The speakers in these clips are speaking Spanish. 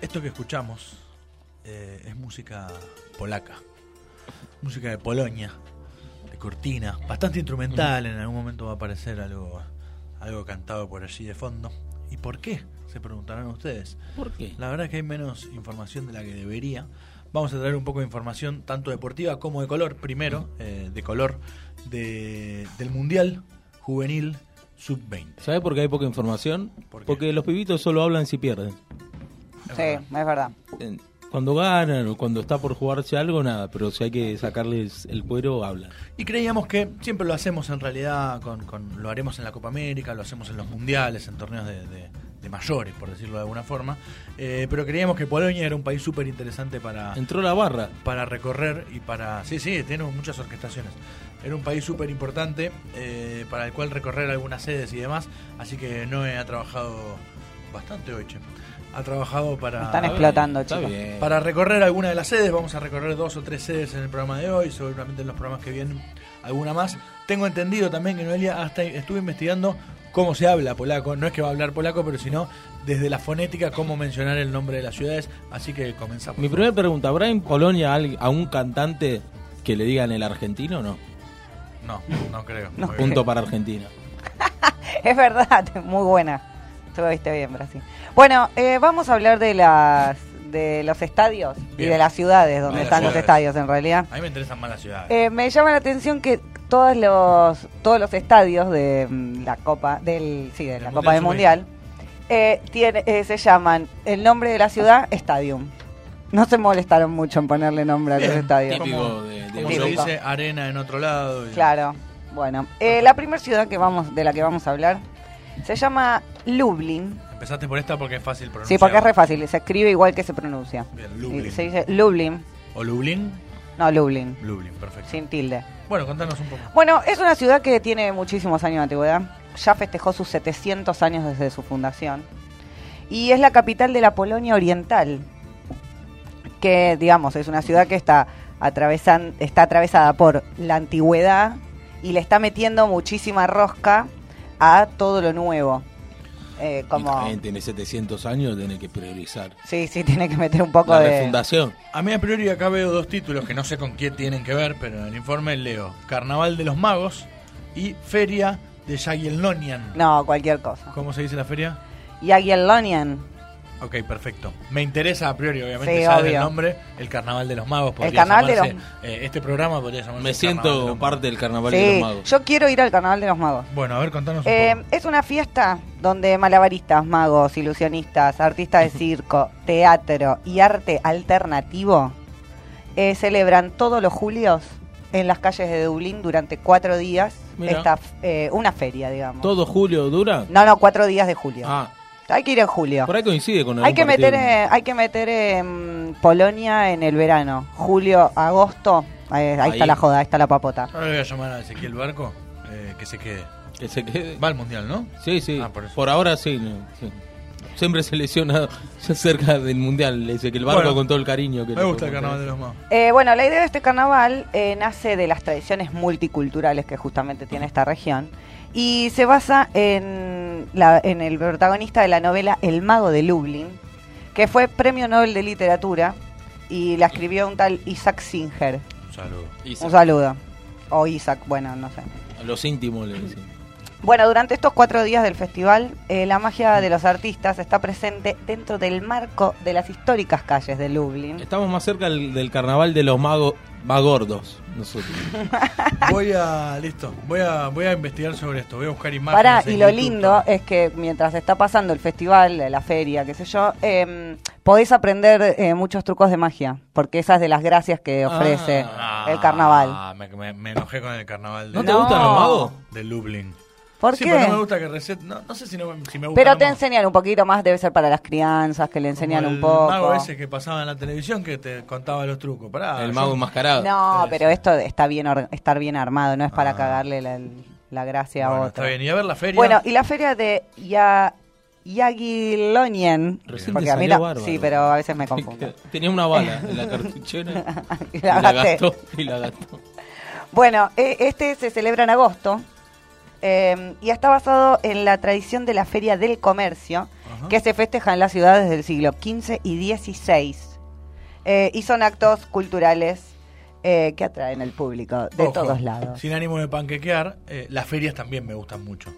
Esto que escuchamos eh, es música polaca, música de Polonia, de Cortina, bastante instrumental, en algún momento va a aparecer algo, algo cantado por allí de fondo. ¿Y por qué? Se preguntarán ustedes. ¿Por qué? La verdad es que hay menos información de la que debería. Vamos a traer un poco de información, tanto deportiva como de color. Primero, eh, de color de- del Mundial Juvenil Sub-20. ¿Sabes por qué hay poca información? ¿Por qué? Porque los pibitos solo hablan si pierden. Es Sí, verdad. es verdad. Eh, Cuando ganan o cuando está por jugarse algo, nada, pero si hay que sacarles el cuero, hablan. Y creíamos que siempre lo hacemos en realidad, con, con- lo haremos en la Copa América, lo hacemos en los mundiales, en torneos de, de- de mayores, por decirlo de alguna forma. Eh, pero creíamos que Polonia era un país súper interesante para, Entró la barra. para recorrer y para... Sí, sí, tiene muchas orquestaciones. Era un país súper importante eh, para el cual recorrer algunas sedes y demás. Así que Noé ha trabajado bastante hoy, che. Ha trabajado para... Están explotando, Está chicos. bien. Para recorrer alguna de las sedes, vamos a recorrer dos o tres sedes en el programa de hoy, seguramente en los programas que vienen alguna más. Tengo entendido también que Noelia hasta estuve investigando cómo se habla polaco, no es que va a hablar polaco, pero sino desde la fonética cómo mencionar el nombre de las ciudades, así que comenzamos. Mi primera pregunta, ¿habrá en Polonia al- a un cantante que le digan el argentino o no? No, no creo. No. Muy bien. Punto para Argentina. Es verdad, muy buena. Estuviste bien, Brasil. Bueno, eh, vamos a hablar de las de los estadios Bien. y de las ciudades donde Ah, las están los ciudades. estadios en realidad. A mí me interesan más las ciudades. Eh, me llama la atención que todos los todos los estadios de mm, la Copa del sí, de Del la Mundial Copa del Sub-20. Mundial eh, tiene- eh, se llaman el nombre de la ciudad Stadium. No se molestaron mucho en ponerle nombre a los Bien, estadios. típico como- de- de como Eh, se Europa. dice arena en otro lado. y- Claro. Bueno, eh, la primera ciudad que vamos de la que vamos a hablar se llama Lublin. Empezaste por esta porque es fácil pronunciar. Sí, porque es re fácil, se escribe igual que se pronuncia. Bien, Lublin. Y Se dice Lublin, ¿O Lublin? no Lublin, Lublin, perfecto. sin tilde. Bueno, contanos un poco. Bueno, es una ciudad que tiene muchísimos años de antigüedad. Ya festejó sus 700 años desde su fundación. Y es la capital de la Polonia Oriental. Que, digamos, es una ciudad que está, atravesan, está atravesada por la antigüedad y le está metiendo muchísima rosca a todo lo nuevo. Eh, Y como. también tiene 700 años, tiene que priorizar. Sí, sí, tiene que meter un poco La de. refundación. A mí a priori acá veo dos títulos que no sé con qué tienen que ver, pero en el informe leo Carnaval de los Magos y Feria de Jagiellonian. No, cualquier cosa. ¿Cómo se dice la feria? Jagiellonian. Ok, perfecto. Me interesa a priori, obviamente, Sí, ya desde obvio. el nombre, el Carnaval de los Magos. Podría Carnaval de llamarse, eh, este programa podría llamarse... Me el Carnaval de siento los parte del carnaval de los Sí, magos. yo quiero ir al Carnaval de los Magos. Magos. Bueno, a ver, contanos un Eh, poco. es una fiesta donde malabaristas, magos, ilusionistas, artistas de circo, teatro y arte alternativo eh, celebran todos los julios en las calles de Dublín durante cuatro días. Mira. Esta, f- eh, una feria, digamos. ¿Todo julio dura? No, no, cuatro días de julio. Ah, Hay que ir en julio. por ahí coincide con Hay algún que, meter, partido. eh, hay que meter em, Polonia en el verano. Julio, agosto. eh, ahí Ahí. está la joda, ahí está la papota. Ahora le voy a llamar a Ezequiel Barco, eh, que se quede. Que se quede. Va al Mundial, ¿no? Sí, sí. Ah, por por, eso. ahora sí, no, sí. Siempre se lesiona cerca del mundial. Le dice que el barco Bueno, con todo el cariño que Me le gusta el pongo. Carnaval de los Magos. Eh, bueno, la idea de este carnaval eh, nace de las tradiciones multiculturales que justamente tiene esta región y se basa en, la- en el protagonista de la novela El mago de Lublin, que fue premio Nobel de Literatura y la escribió un tal Isaac Singer. Un saludo. Isaac. Un saludo. O Isaac, bueno, no sé. A los íntimos le dicen. Bueno, durante estos cuatro días del festival, eh, la magia de los artistas está presente dentro del marco de las históricas calles de Lublin. Estamos más cerca del, del carnaval de los magos magordos. Nosotros. Voy a... Listo. Voy a, voy a investigar sobre esto. Voy a buscar imágenes. Pará, en y lo YouTube, lindo es que mientras está pasando el festival, la feria, qué sé yo, eh, podés aprender eh, muchos trucos de magia, porque esa es de las gracias que ofrece Ah, el carnaval. Me, me- me enojé con el carnaval. ¿No de- te No. gustan los magos? De Lublin. ¿Por sí, qué? pero no me gusta que recet... No, no sé si, no, si me gusta. Pero no te me- enseñan un poquito más, debe ser para las crianzas, que le como enseñan un El mago poco. ese que pasaba en la televisión que te contaba los trucos. Pará, el yo- mago enmascarado. No, Ese. pero esto está bien or- estar bien armado, no es para Ah. cagarle la, la gracia Bueno, a está otro. bien. Y a ver la feria. Bueno, y la feria de Ya Yagilonian. Recién Porque te a mí salió no- bárbaro. sí, pero a veces me confundo. Tenía una bala en la cartuchera. Y y la la gasté. gastó. Y la gastó. Bueno, eh, este se celebra en em, agosto eh, y está basado en la tradición de la Feria del Comercio Ajá. que se festeja en las ciudades del siglo XV y XVI. Eh, y son actos culturales eh, que atraen al público de Ojo, todos lados. Sí, Sin ánimo de panquequear, eh, las ferias también me gustan mucho.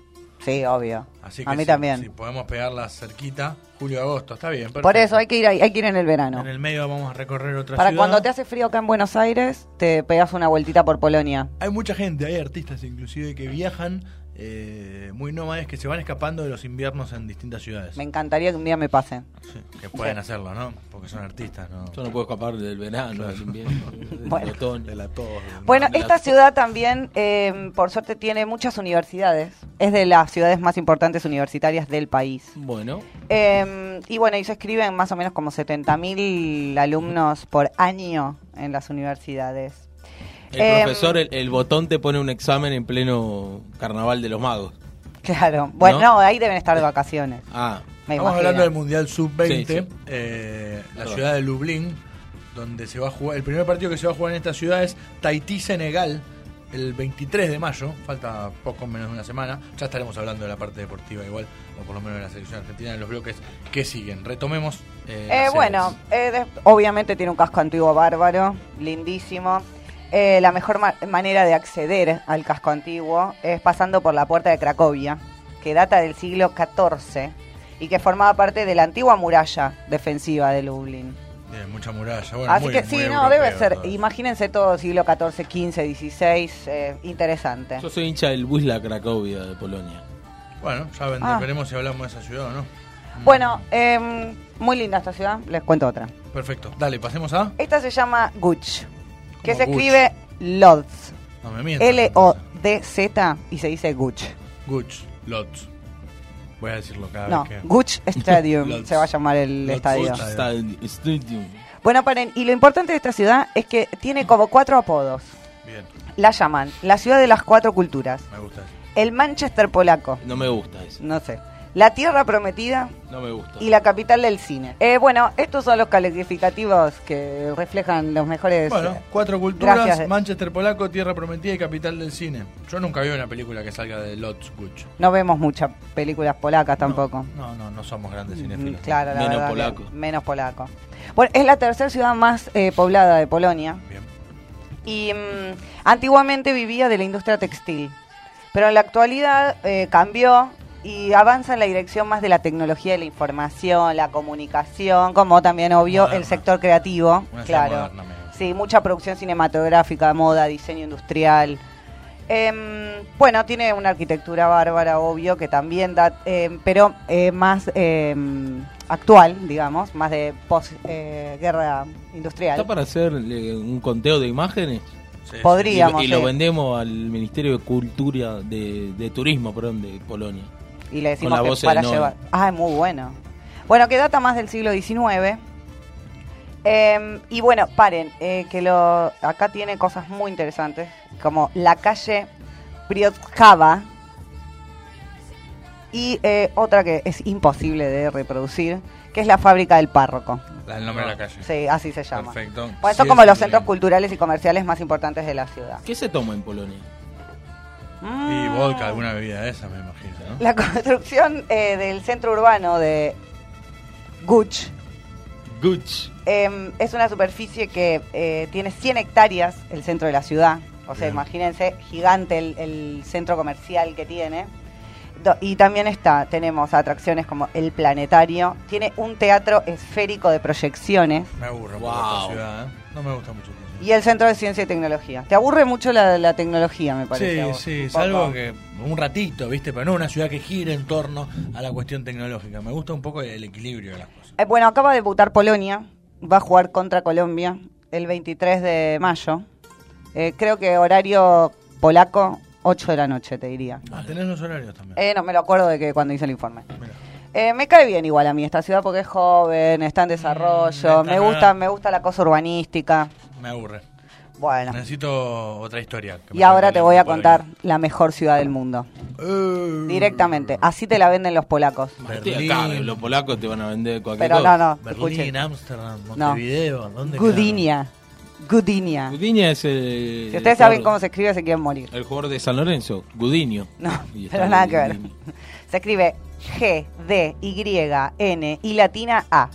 obvio. Así que A mí si- también. Si podemos pegarlas cerquita, julio-agosto, está bien. Por perfecto. eso hay que ir ahí, hay que ir en el verano. En el medio vamos a recorrer otra Para ciudad. cuando te hace frío acá en Buenos Aires, te pegas una vueltita por Polonia. Hay mucha gente, hay artistas inclusive que viajan eh, muy nómades que se van escapando de los inviernos en distintas ciudades. Me encantaría que un día me pase. Sí, que pueden hacerlo, ¿no? Porque son artistas, ¿no? Yo no puedo escapar del verano, del invierno, del Bueno. otoño, de la tos. Bueno, de la esta tos. ciudad también, eh, por suerte, tiene muchas universidades. Es de las ciudades más importantes universitarias del país. Bueno, Eh, y bueno, y se escriben más o menos como 70.000 alumnos por año en las universidades. el Eh, profesor, el, el botón te pone un examen en pleno carnaval de los magos. Claro. Bueno, ¿No? no, ahí deben estar de vacaciones. Ah, Me Estamos imagino. hablando del Mundial Sub-20, Sí, sí. eh, la Perdón. ciudad de Lublin, donde se va a jugar, el primer partido que se va a jugar en esta ciudad es Tahití-Senegal, el 23 de mayo, falta poco menos de una semana, ya estaremos hablando de la parte deportiva igual, o por lo menos de la selección argentina, de los bloques que siguen. Retomemos. eh, Eh, las bueno, sedes. eh, des- obviamente tiene un casco antiguo bárbaro, lindísimo. Eh, la mejor ma- manera de acceder al casco antiguo es pasando por la puerta de Cracovia, que data del siglo XIV y que formaba parte de la antigua muralla defensiva de Lublin. Bien, mucha muralla. Bueno, Así muy- que muy sí, no, europeo debe ser. todo. Imagínense todo siglo XIV, XV, XVI, eh, interesante. yo soy hincha del Wisla Cracovia de Polonia. Bueno, ya vend- Ah. veremos si hablamos de esa ciudad o no. Mm. Bueno, Mm. em, muy linda esta ciudad, les cuento otra. Perfecto. Dale, pasemos a... Esta se llama Guch, que ¿Cómo se Guch? escribe Lodz. No me mientas. L-O-D-Z y se dice Guch. Guch, Lotz. Voy a decirlo cada No, vez que... Guch Stadium Lodz. se va a llamar el Lodz estadio. Guch. Stadium. Stadium. Bueno, paren, y lo importante de esta ciudad es que tiene como cuatro apodos. Bien, La llaman la ciudad de las cuatro culturas, me gusta eso. el Manchester polaco, No me gusta eso. no sé, la tierra prometida No me gusta. y la capital del cine. Eh, bueno, estos son los calificativos que reflejan los mejores... Bueno, eh, cuatro culturas, gracias. eh. Manchester polaco, tierra prometida y capital del cine. Yo nunca vi una película que salga de Lotz Guch. no vemos muchas películas polacas tampoco. No, no, no somos grandes Mm, cinéfilos. Claro, la Menos verdad, polaco. bien, menos polaco. Bueno, es la tercera ciudad más eh, poblada de Polonia Bien. y mm, antiguamente vivía de la industria textil, pero en la actualidad eh, cambió y avanza en la dirección más de la tecnología, de la información, la comunicación, como también obvio el Moderna. sector creativo, Una ciudad claro. moderna, me gusta. Sí, mucha producción cinematográfica, moda, diseño industrial. Em, bueno, tiene una arquitectura bárbara, obvio, que también da, em, pero eh, más em, actual, digamos, más de post-guerra industrial. ¿Está para hacer eh, un conteo de imágenes? Sí, sí. Y, Podríamos. y lo eh, vendemos al Ministerio de Cultura, de, de Turismo, perdón, de Polonia. y le decimos la que voz de para Noel. llevar. Ah, es muy bueno. Bueno, que data más del siglo XIX. Em, y bueno, paren, eh, que lo acá tiene cosas muy interesantes, como la calle Priotjava y eh, otra que es imposible de reproducir, que es la fábrica del párroco. La- El nombre de la calle. Sí, así se llama. Perfecto. Bueno, Sí, son como es los Lublin. centros culturales y comerciales más importantes de la ciudad. ¿Qué se toma en Polonia? Y Mm. vodka, alguna bebida de esa, me imagino, ¿no? La construcción eh, del centro urbano de Guch Gucci. eh, es una superficie que eh, tiene 100 hectáreas el centro de la ciudad. O sea, Bien. imagínense, gigante el, el centro comercial que tiene. Do- y también está, tenemos atracciones como el planetario. Tiene un teatro esférico de proyecciones. Me aburro por Wow. esta ciudad, ¿eh? No me gusta mucho. esta ciudad. Y el Centro de Ciencia y Tecnología. Te aburre mucho la, la tecnología, me parece. a vos, Sí, sí, un salvo poco. que un ratito, ¿viste? Pero no una ciudad que gire en torno a la cuestión tecnológica. Me gusta un poco el equilibrio de las cosas. Eh, bueno, acaba de debutar Polonia. Va a jugar contra Colombia el 23 de mayo. Eh, creo que horario polaco, 8 de la noche, te diría. Ah, tenés los horarios también. Eh, no me lo acuerdo de que cuando hice el informe. Mirá. Eh, me cae bien igual a mí esta ciudad porque es joven, está en desarrollo, Mm, está me gusta, nueva. me gusta la cosa urbanística. Me aburre. Bueno, Necesito otra historia. que me y ahora cuente te voy a el contar padre. la mejor ciudad del mundo. Eh, Ah, Directamente, así te la venden los polacos. Estoy acá, Berlín. los polacos te van a vender cualquier Pero no, cosa. no, Berlín, escuchen. Ámsterdam, No. Montevideo, ¿dónde Gudinia. Gudinia. Gudinia es el. Si ustedes el saben cómo jugador- se escribe, se quieren morir. El jugador de San Lorenzo, Gudiño. No, Y está pero nada que ver. Gudiño. Se escribe G, D, Y, N y latina A.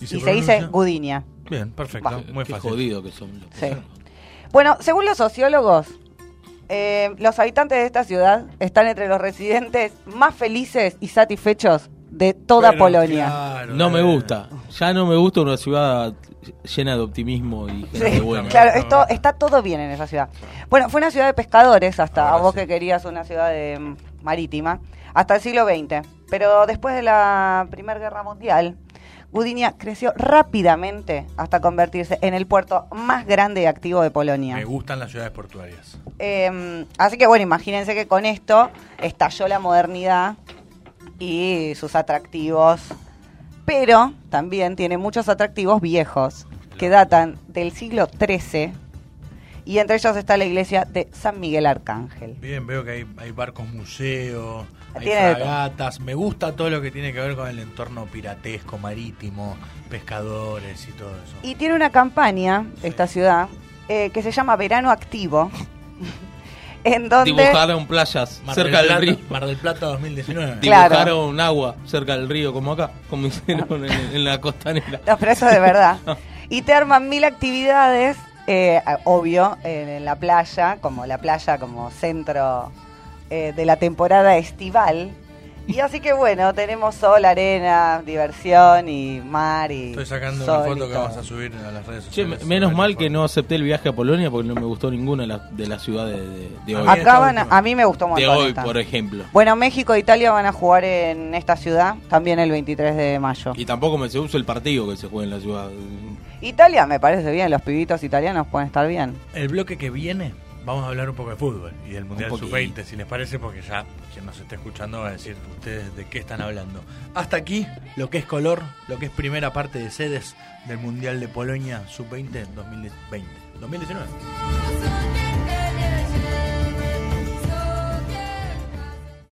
¿Y Y se se, dice pronuncia? Gudinia. Bien, perfecto. Bah, Muy Qué fácil. jodido que son los Sí. Bueno, según los sociólogos, eh, los habitantes de esta ciudad están entre los residentes más felices y satisfechos de toda Pero, Polonia. claro, No me eh. gusta. Ya no me gusta una ciudad llena de optimismo y Sí, gente buena. claro, Está esto, bueno. está todo bien en esa ciudad. Bueno, fue una ciudad de pescadores hasta, Ahora a vos Ah, sí. que querías una ciudad de, mm, marítima, hasta el siglo XX. Pero después de la Primera Guerra Mundial, Gudinia creció rápidamente hasta convertirse en el puerto más grande y activo de Polonia. Me gustan las ciudades portuarias. Eh, así que bueno, imagínense que con esto estalló la modernidad y sus atractivos. Pero también tiene muchos atractivos viejos que datan del siglo XIII y entre ellos está la iglesia de San Miguel Arcángel. Bien, veo que hay, hay barcos museos, hay Tiene de todo. fragatas. Me gusta todo lo que tiene que ver con el entorno piratesco, marítimo, pescadores y todo eso. Y tiene una campaña, esta ciudad, eh, que se llama Verano Activo, en donde... Dibujaron playas Mar cerca del Plata- río. Mar del Plata 2019. Claro. Dibujaron agua cerca del río, como acá, como hicieron en, en la costanera. No, pero eso de verdad. Y te arman mil actividades, eh, a- obvio, en, en la playa, como la playa como centro eh, de la temporada estival. Y así que bueno, tenemos sol, arena, diversión y mar y Estoy sacando sol una foto y que todo. vamos a subir a las redes Che, me- sociales. menos Sobre mal la que foto. no acepté el viaje a Polonia porque no me gustó ninguna de las, de las ciudades de, de hoy. Ah, Acá esta van a, última. a mí me gustó un de montón hoy, esta. por ejemplo. Bueno, México e Italia van a jugar en esta ciudad también el 23 de mayo. Y tampoco me seduce el partido que se juega en la ciudad. Italia me parece bien, los pibitos italianos pueden estar bien. El bloque que viene vamos a hablar un poco de fútbol y del Mundial poquito. Sub-20, si les parece, porque ya quien nos esté escuchando va a decir ustedes de qué están hablando. Hasta aquí lo que es color, lo que es primera parte de sedes del Mundial de Polonia Sub-20 2020. 2019. Rozumiem,